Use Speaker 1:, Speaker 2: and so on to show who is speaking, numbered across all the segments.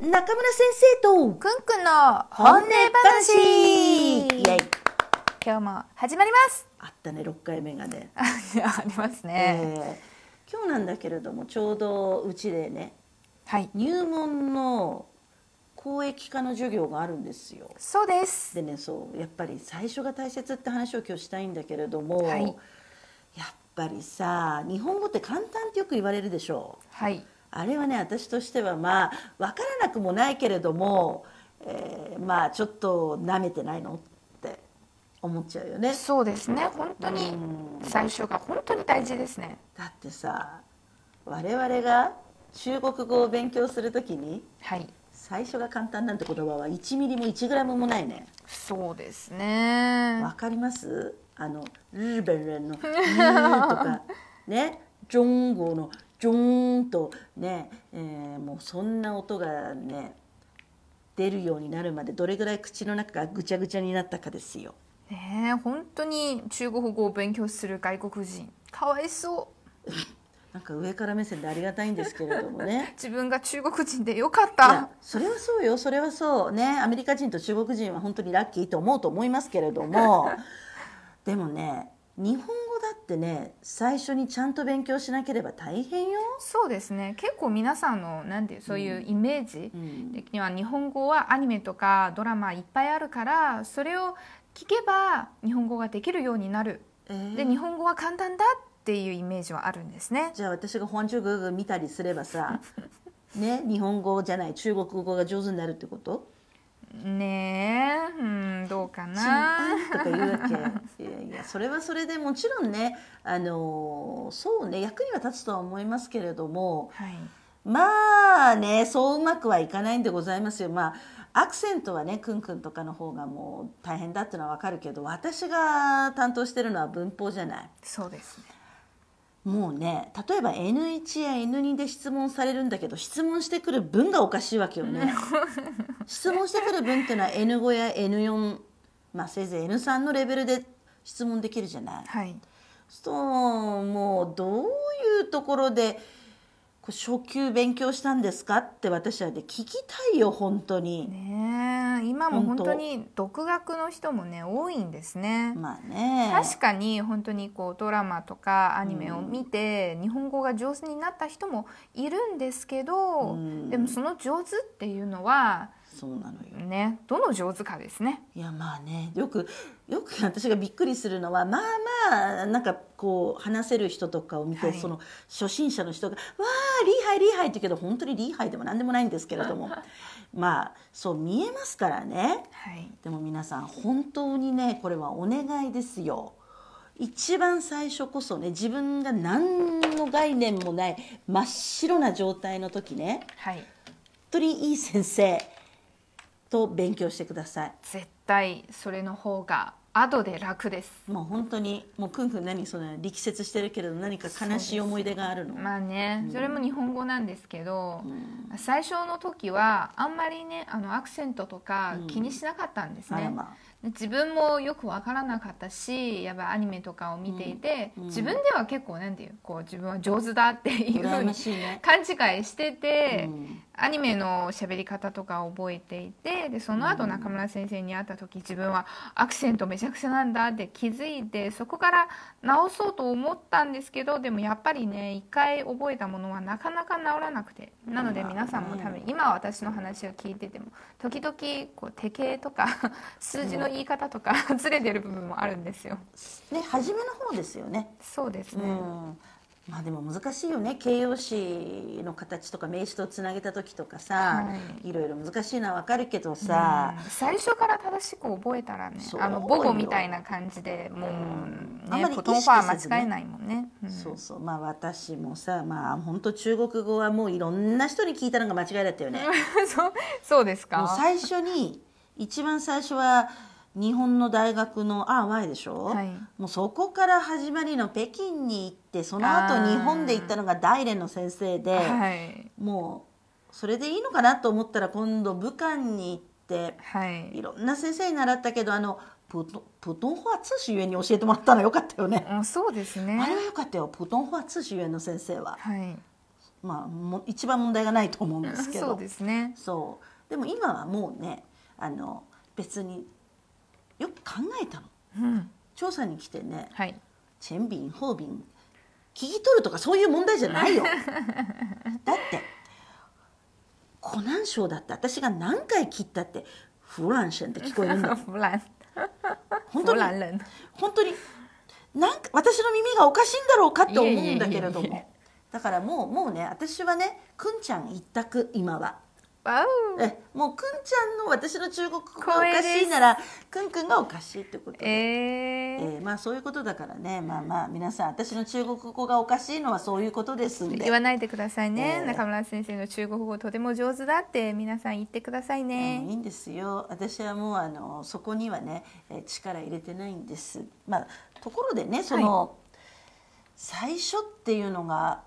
Speaker 1: 中村先生と
Speaker 2: くんくんの本音話今日も始まります
Speaker 1: あったね6回目がね、
Speaker 2: あありますね、
Speaker 1: えー今日なんだけれどもちょうどうちでね
Speaker 2: はい
Speaker 1: 入門の公益化の授業があるんですよ
Speaker 2: そうです
Speaker 1: でねそうやっぱり最初が大切って話を今日したいんだけれども、
Speaker 2: はい
Speaker 1: やっぱりさ日本語って簡単ってよく言われるでしょ
Speaker 2: はい
Speaker 1: あれはね私としてはまあ分からなくもないけれども、えーまあちょっとなめてないのって思っちゃうよね。
Speaker 2: そうですね本当に最初が本当に大事ですね
Speaker 1: だってさ我々が中国語を勉強するときに
Speaker 2: はい
Speaker 1: 最初が簡単なんて言葉は1ミリも1グラムもないね。
Speaker 2: そうですね
Speaker 1: わかりますあの日本人の 「日」とかね中国の「ジョン」とね、えーもうそんな音がね出るようになるまでどれぐらい口の中がぐちゃぐちゃになったかですよ。
Speaker 2: ねえ本当に中国語を勉強する外国人かわいそう。
Speaker 1: なんか上から目線でありがたいんですけれどもね
Speaker 2: 自分が中国人でよかっ
Speaker 1: いや
Speaker 2: た
Speaker 1: それはそうよそれはそうねアメリカ人と中国人は本当にラッキーと思うと思いますけれどもでもね日本語だってね最初にちゃんと勉強しなければ大変よ。
Speaker 2: そうですね結構皆さんのなんていうそういうイメージ
Speaker 1: うん
Speaker 2: 的には日本語はアニメとかドラマいっぱいあるからそれを聞けば日本語ができるようになる
Speaker 1: えー
Speaker 2: で日本語は簡単だっていうイメージはあるんですね
Speaker 1: じゃあ私が本中グーグー見たりすればさね日本語じゃない中国語が上手になるってこと
Speaker 2: ねえうんどうか
Speaker 1: チン
Speaker 2: な
Speaker 1: とか言うわけいやいやそれはそれでもちろんねあのーそうね役には立つとは思いますけれども
Speaker 2: はい
Speaker 1: まあねそううまくはいかないんでございますよまあアクセントはねくんくんとかの方がもう大変だってのはわかるけど私が担当してるのは文法じゃない。
Speaker 2: そうですね
Speaker 1: もうね例えば N1 や N2 で質問されるんだけど質問してくる文がおかしいわけよ ね質問してくる文っていうのは N5 や N4 まあせいぜい N3 のレベルで質問できるじゃない
Speaker 2: はい
Speaker 1: そうもうどういうところでこう初級勉強したんですかって私はね聞きたいよ本当に、
Speaker 2: ねえ今も
Speaker 1: 本
Speaker 2: 本
Speaker 1: 当
Speaker 2: 当に独学の人もね多いんですね
Speaker 1: まあね
Speaker 2: 確かに本当にこうドラマとかアニメを見て日本語が上手になった人もいるんですけど、
Speaker 1: うん
Speaker 2: でもその上手っていうのは
Speaker 1: そうなのよ
Speaker 2: ねどの上手かですね
Speaker 1: いやまあねよくよく 私がびっくりするのはまあまあなんかこう話せる人とかを見て、
Speaker 2: はい
Speaker 1: その初心者の人が「わあリーハイリーハイ」って言うけど本当にリーハイでも何でもないんですけれど もまあそう見えますからね
Speaker 2: はい
Speaker 1: でも皆さん本当にねこれはお願いですよ。一番最初こそね自分が何の概念もない真っ白な状態の時ね
Speaker 2: はい
Speaker 1: 本当にいい先生と勉強してください。
Speaker 2: 絶対それの方が後で楽です
Speaker 1: もう本当にもうくんくん何その力説してるけれど何か悲しい思い出があるの
Speaker 2: まあね、それも日本語なんですけど、最初の時はあんまりねあのアクセントとか気にしなかったんですね、
Speaker 1: あらま
Speaker 2: 自分もよくわからなかったしやっぱアニメとかを見ていて、自分では結構なんていうこう自分は上手だっていうふう
Speaker 1: 羨ま
Speaker 2: に
Speaker 1: しいね
Speaker 2: 勘違いしてて、
Speaker 1: うん
Speaker 2: アニメの喋り方とかを覚えていてでその後中村先生に会った時自分はアクセントめちゃくちゃなんだって気づいてそこから直そうと思ったんですけどでもやっぱりね一回覚えたものはなかなか治らなくてなので皆さんも多分今私の話を聞いてても時々こう手形とか 数字の言い方とかずれてる部分もあるんですよ。
Speaker 1: ね初めの方ですよね
Speaker 2: そうです
Speaker 1: う
Speaker 2: ね、
Speaker 1: んまあでも難しいよね形容詞の形とか名詞とつなげた時とかさ、、
Speaker 2: はい
Speaker 1: ろいろ難しいのはわかるけどさ、
Speaker 2: うん最初から正しく覚えたらね
Speaker 1: そう
Speaker 2: あの母語みたいな感じでもう、
Speaker 1: あん
Speaker 2: ね
Speaker 1: まり意識せずね
Speaker 2: ポトンファー間違えないもんね、うん
Speaker 1: そうそうまあ私もさまあ本当中国語はもういろんな人に聞いたのが間違いだったよね
Speaker 2: そうそうです
Speaker 1: もう
Speaker 2: か
Speaker 1: 最初に一番最初は日本の大学の RY でしょ、
Speaker 2: はい
Speaker 1: もうそこから始まりの北京に行ってその後
Speaker 2: あー
Speaker 1: 日本で行ったのが大連の先生で、
Speaker 2: はい
Speaker 1: もうそれでいいのかなと思ったら今度武漢に行って
Speaker 2: はい
Speaker 1: いろんな先生に習ったけどあのプトプトンファー通信員に教えてもらったのよかったよね。
Speaker 2: もうそうです
Speaker 1: あれ
Speaker 2: ね
Speaker 1: はよかったよプトンファー通信員の先生は。
Speaker 2: はい
Speaker 1: まあ、も一番問題がないと思うんですけど
Speaker 2: そうですね。
Speaker 1: そうでも今はもうねあの別によく考えたの
Speaker 2: うん、
Speaker 1: 調査に来てね
Speaker 2: はい。
Speaker 1: チェンビンホービン聞き取るとかそういう問題じゃ ないよだって湖南省だって私が何回切ったってフランシェンって聞こえる んだ
Speaker 2: フラン、
Speaker 1: 本
Speaker 2: フ
Speaker 1: 当に
Speaker 2: ラン人。
Speaker 1: 本当になんか私の耳がおかしいんだろうかって思うんだけれど
Speaker 2: いえいえいえい
Speaker 1: もだからもうもうね私はねくんちゃん一択今は。
Speaker 2: わお。
Speaker 1: えもうくんちゃんの私の中国語がおかしいならくんくんがおかしいってことで、
Speaker 2: え
Speaker 1: え
Speaker 2: ー
Speaker 1: ーまあそういうことだからねまあまあ皆さん私の中国語がおかしいのはそういうことですんで
Speaker 2: 言わないでくださいね、
Speaker 1: えー
Speaker 2: 中村先生の中国語とても上手だって皆さん言ってください
Speaker 1: うん
Speaker 2: ね、
Speaker 1: いいんですよ私はもうあのそこにはね、えー力入れてないんです。まあ、ところでねその、最初っていうのが、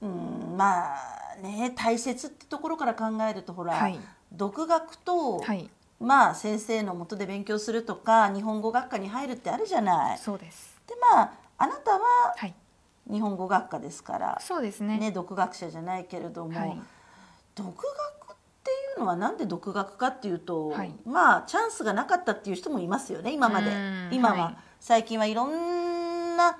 Speaker 1: うん、まあね大切ってところから考えるとほら、
Speaker 2: はい
Speaker 1: 独学と、
Speaker 2: はい
Speaker 1: まあ、先生のもとで勉強するとか日本語学科に入るってあるじゃない。
Speaker 2: そうです
Speaker 1: でまああなたは
Speaker 2: はい
Speaker 1: 日本語学科ですから、
Speaker 2: そうですね
Speaker 1: ね、独学者じゃないけれども、
Speaker 2: はい
Speaker 1: 独学っていうのはなんで独学かっていうと、
Speaker 2: はい
Speaker 1: まあチャンスがなかったっていう人もいますよね今まで
Speaker 2: うん
Speaker 1: 今は、
Speaker 2: はい
Speaker 1: 最近はいろんな、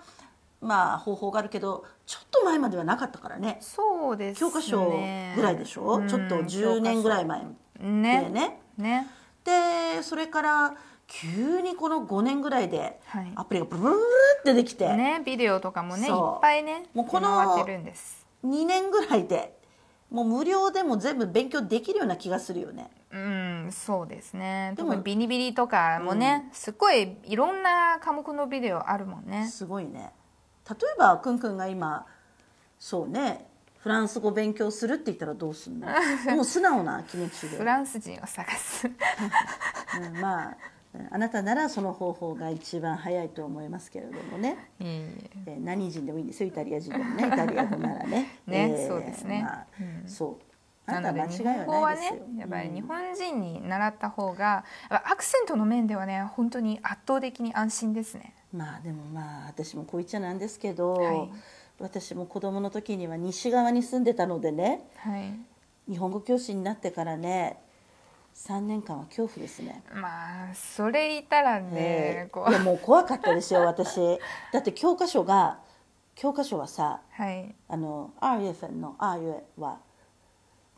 Speaker 1: まあ、方法があるけどちょっと前まではなかったからね
Speaker 2: そうです
Speaker 1: 教
Speaker 2: ね
Speaker 1: 科書ぐらいでしょ、
Speaker 2: うん
Speaker 1: ちょっと10年ぐらい前で
Speaker 2: ね
Speaker 1: ね。
Speaker 2: ね
Speaker 1: でそれから急にこの5年ぐらいで
Speaker 2: はい
Speaker 1: アプリがブルブルブルってできて、
Speaker 2: ねビデオとかもねいっ
Speaker 1: そう
Speaker 2: ぱいね
Speaker 1: もうこの
Speaker 2: 回ってるんです
Speaker 1: 2年ぐらいでもう無料でも全部勉強できるような気がするよね。
Speaker 2: うんそうですね
Speaker 1: で
Speaker 2: で
Speaker 1: も
Speaker 2: もビリビリとかもね、すっごいいろんな科目のビデオあるもんね
Speaker 1: すごいね例えばくんくんが今そうねフランス語勉強するって言ったらどうす んのもう素直な気持ちで、
Speaker 2: フランス人を探す
Speaker 1: うんまあうんあなたならその方法が一番早いと思いますけれどもね、
Speaker 2: いえいえ
Speaker 1: えー何人でもいいんですよイタリア人でもねイタリア語ならね
Speaker 2: ねそうですね
Speaker 1: まあ
Speaker 2: うん
Speaker 1: そうあ
Speaker 2: な
Speaker 1: な
Speaker 2: の
Speaker 1: たは間
Speaker 2: で
Speaker 1: 違
Speaker 2: 日
Speaker 1: いは
Speaker 2: 本語
Speaker 1: な
Speaker 2: は
Speaker 1: いです
Speaker 2: ね
Speaker 1: よ、
Speaker 2: やっぱり日本人に習った方が、やっぱアクセントの面ではね、本当に圧倒的に安心ですね。
Speaker 1: うんまあでもまあ私もこう言っちゃなんですけど、
Speaker 2: はい
Speaker 1: 私も子供の時には西側に住んでたのでね
Speaker 2: はい。
Speaker 1: 日本語教師になってからね3年間は恐怖ですね。
Speaker 2: まあそれ言ったらね
Speaker 1: え、
Speaker 2: こ
Speaker 1: ーいうやもう怖かったですよ私だって教科書が教科書はさ
Speaker 2: はい、
Speaker 1: あの RFN の R は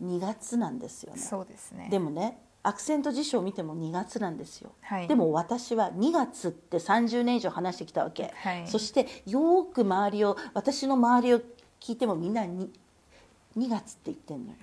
Speaker 1: 2月なんですよね
Speaker 2: そうですね。
Speaker 1: でもねアクセント辞書を見ても2月なんですよ、
Speaker 2: はい
Speaker 1: でも私は2月って30年以上話してきたわけ、
Speaker 2: はい
Speaker 1: そしてよーく周りを私の周りを聞いてもみんなに2月って言ってんのよ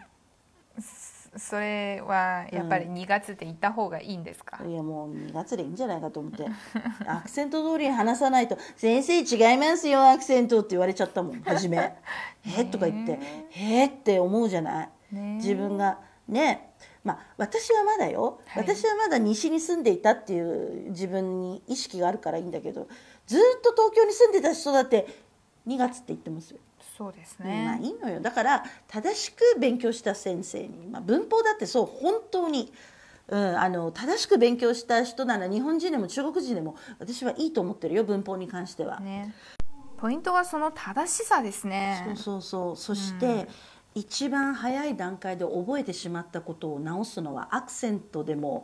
Speaker 2: それはやっぱり2月って言った方がいいんですか。
Speaker 1: いやもう2月でいいんじゃないかと思って アクセント通りに話さないと「先生違いますよアクセント」って言われちゃったもん初 め「えとか言って「えっ?」って思うじゃない
Speaker 2: ね
Speaker 1: 自分がねまあ私はまだよ、
Speaker 2: はい
Speaker 1: 私はまだ西に住んでいたっていう自分に意識があるからいいんだけどずーっと東京に住んでた人だって2月って言ってますよ。
Speaker 2: そうです
Speaker 1: まあ
Speaker 2: ね。
Speaker 1: いいのよだから正しく勉強した先生に、まあ、文法だってそう本当に、うん、あの正しく勉強した人なら日本人でも中国人でも私はいいと思ってるよ文法に関しては。
Speaker 2: ね。ポイントはその正しさですね。
Speaker 1: そうそうそうそして、一番早い段階で覚えてしまったことを直すのはアクセントでも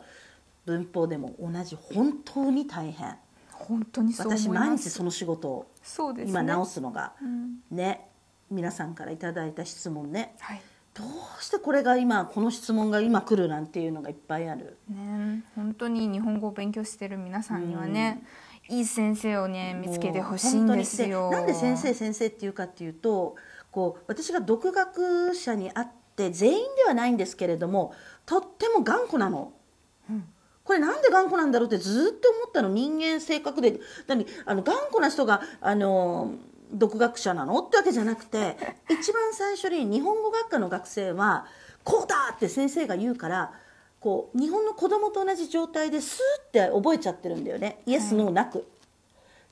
Speaker 1: 文法でも同じ本当に大変
Speaker 2: 本当にそう思い
Speaker 1: 私毎
Speaker 2: ま
Speaker 1: 日
Speaker 2: す。
Speaker 1: その仕事を
Speaker 2: そうですね。
Speaker 1: 今直すのが
Speaker 2: うん
Speaker 1: ね皆さんからいただいた質問ね
Speaker 2: はい。
Speaker 1: どうしてこれが今この質問が今来るなんていうのがいっぱいある
Speaker 2: ね、本当に日本語を勉強してる皆さんにはね、いい先生をね見つけてほしいんです
Speaker 1: も
Speaker 2: よ。
Speaker 1: う本当にでなんで先生先生っていうかっていうとこう私が独学者に会って全員ではないんですけれどもとっても頑固なの。これなんで頑固なんだろうってずっと思ったの人間性格で何あの頑固な人があの独学者なのってわけじゃなくて一番最初に日本語学科の学生はこうだって先生が言うからこう日本の子供と同じ状態でスーって覚えちゃってるんだよね、イエスノーなく。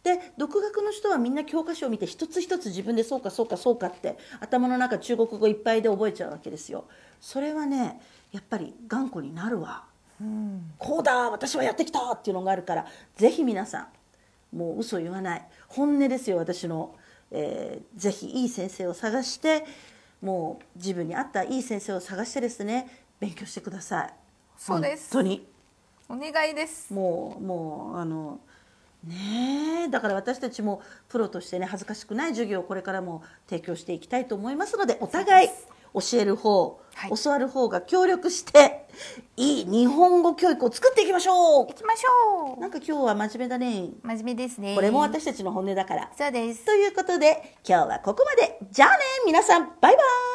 Speaker 1: で独学の人はみんな教科書を見て一つ一つ自分でそうかそうかそうかって頭の中中国語いっぱいで覚えちゃうわけですよ。それはねやっぱり頑固になるわ。
Speaker 2: うん、
Speaker 1: こうだ私はやってきたっていうのがあるからぜひ皆さんもう嘘言わない本音ですよ私の、えーぜひいい先生を探してもう自分に合ったいい先生を探してですね勉強してください
Speaker 2: そうです
Speaker 1: 本当に
Speaker 2: お願いです
Speaker 1: もうもうあのねえだから私たちもプロとしてね恥ずかしくない授業をこれからも提供していきたいと思いますのでお互い教える方、
Speaker 2: はい
Speaker 1: 教わる方が協力していい日本語教育を作っていきましょう
Speaker 2: 行きましょ
Speaker 1: なんか今日は真面目だね
Speaker 2: う真面目ですね
Speaker 1: これも私たちの本音だから
Speaker 2: そうです
Speaker 1: ということで今日はここまでじゃあね皆さんバイバイ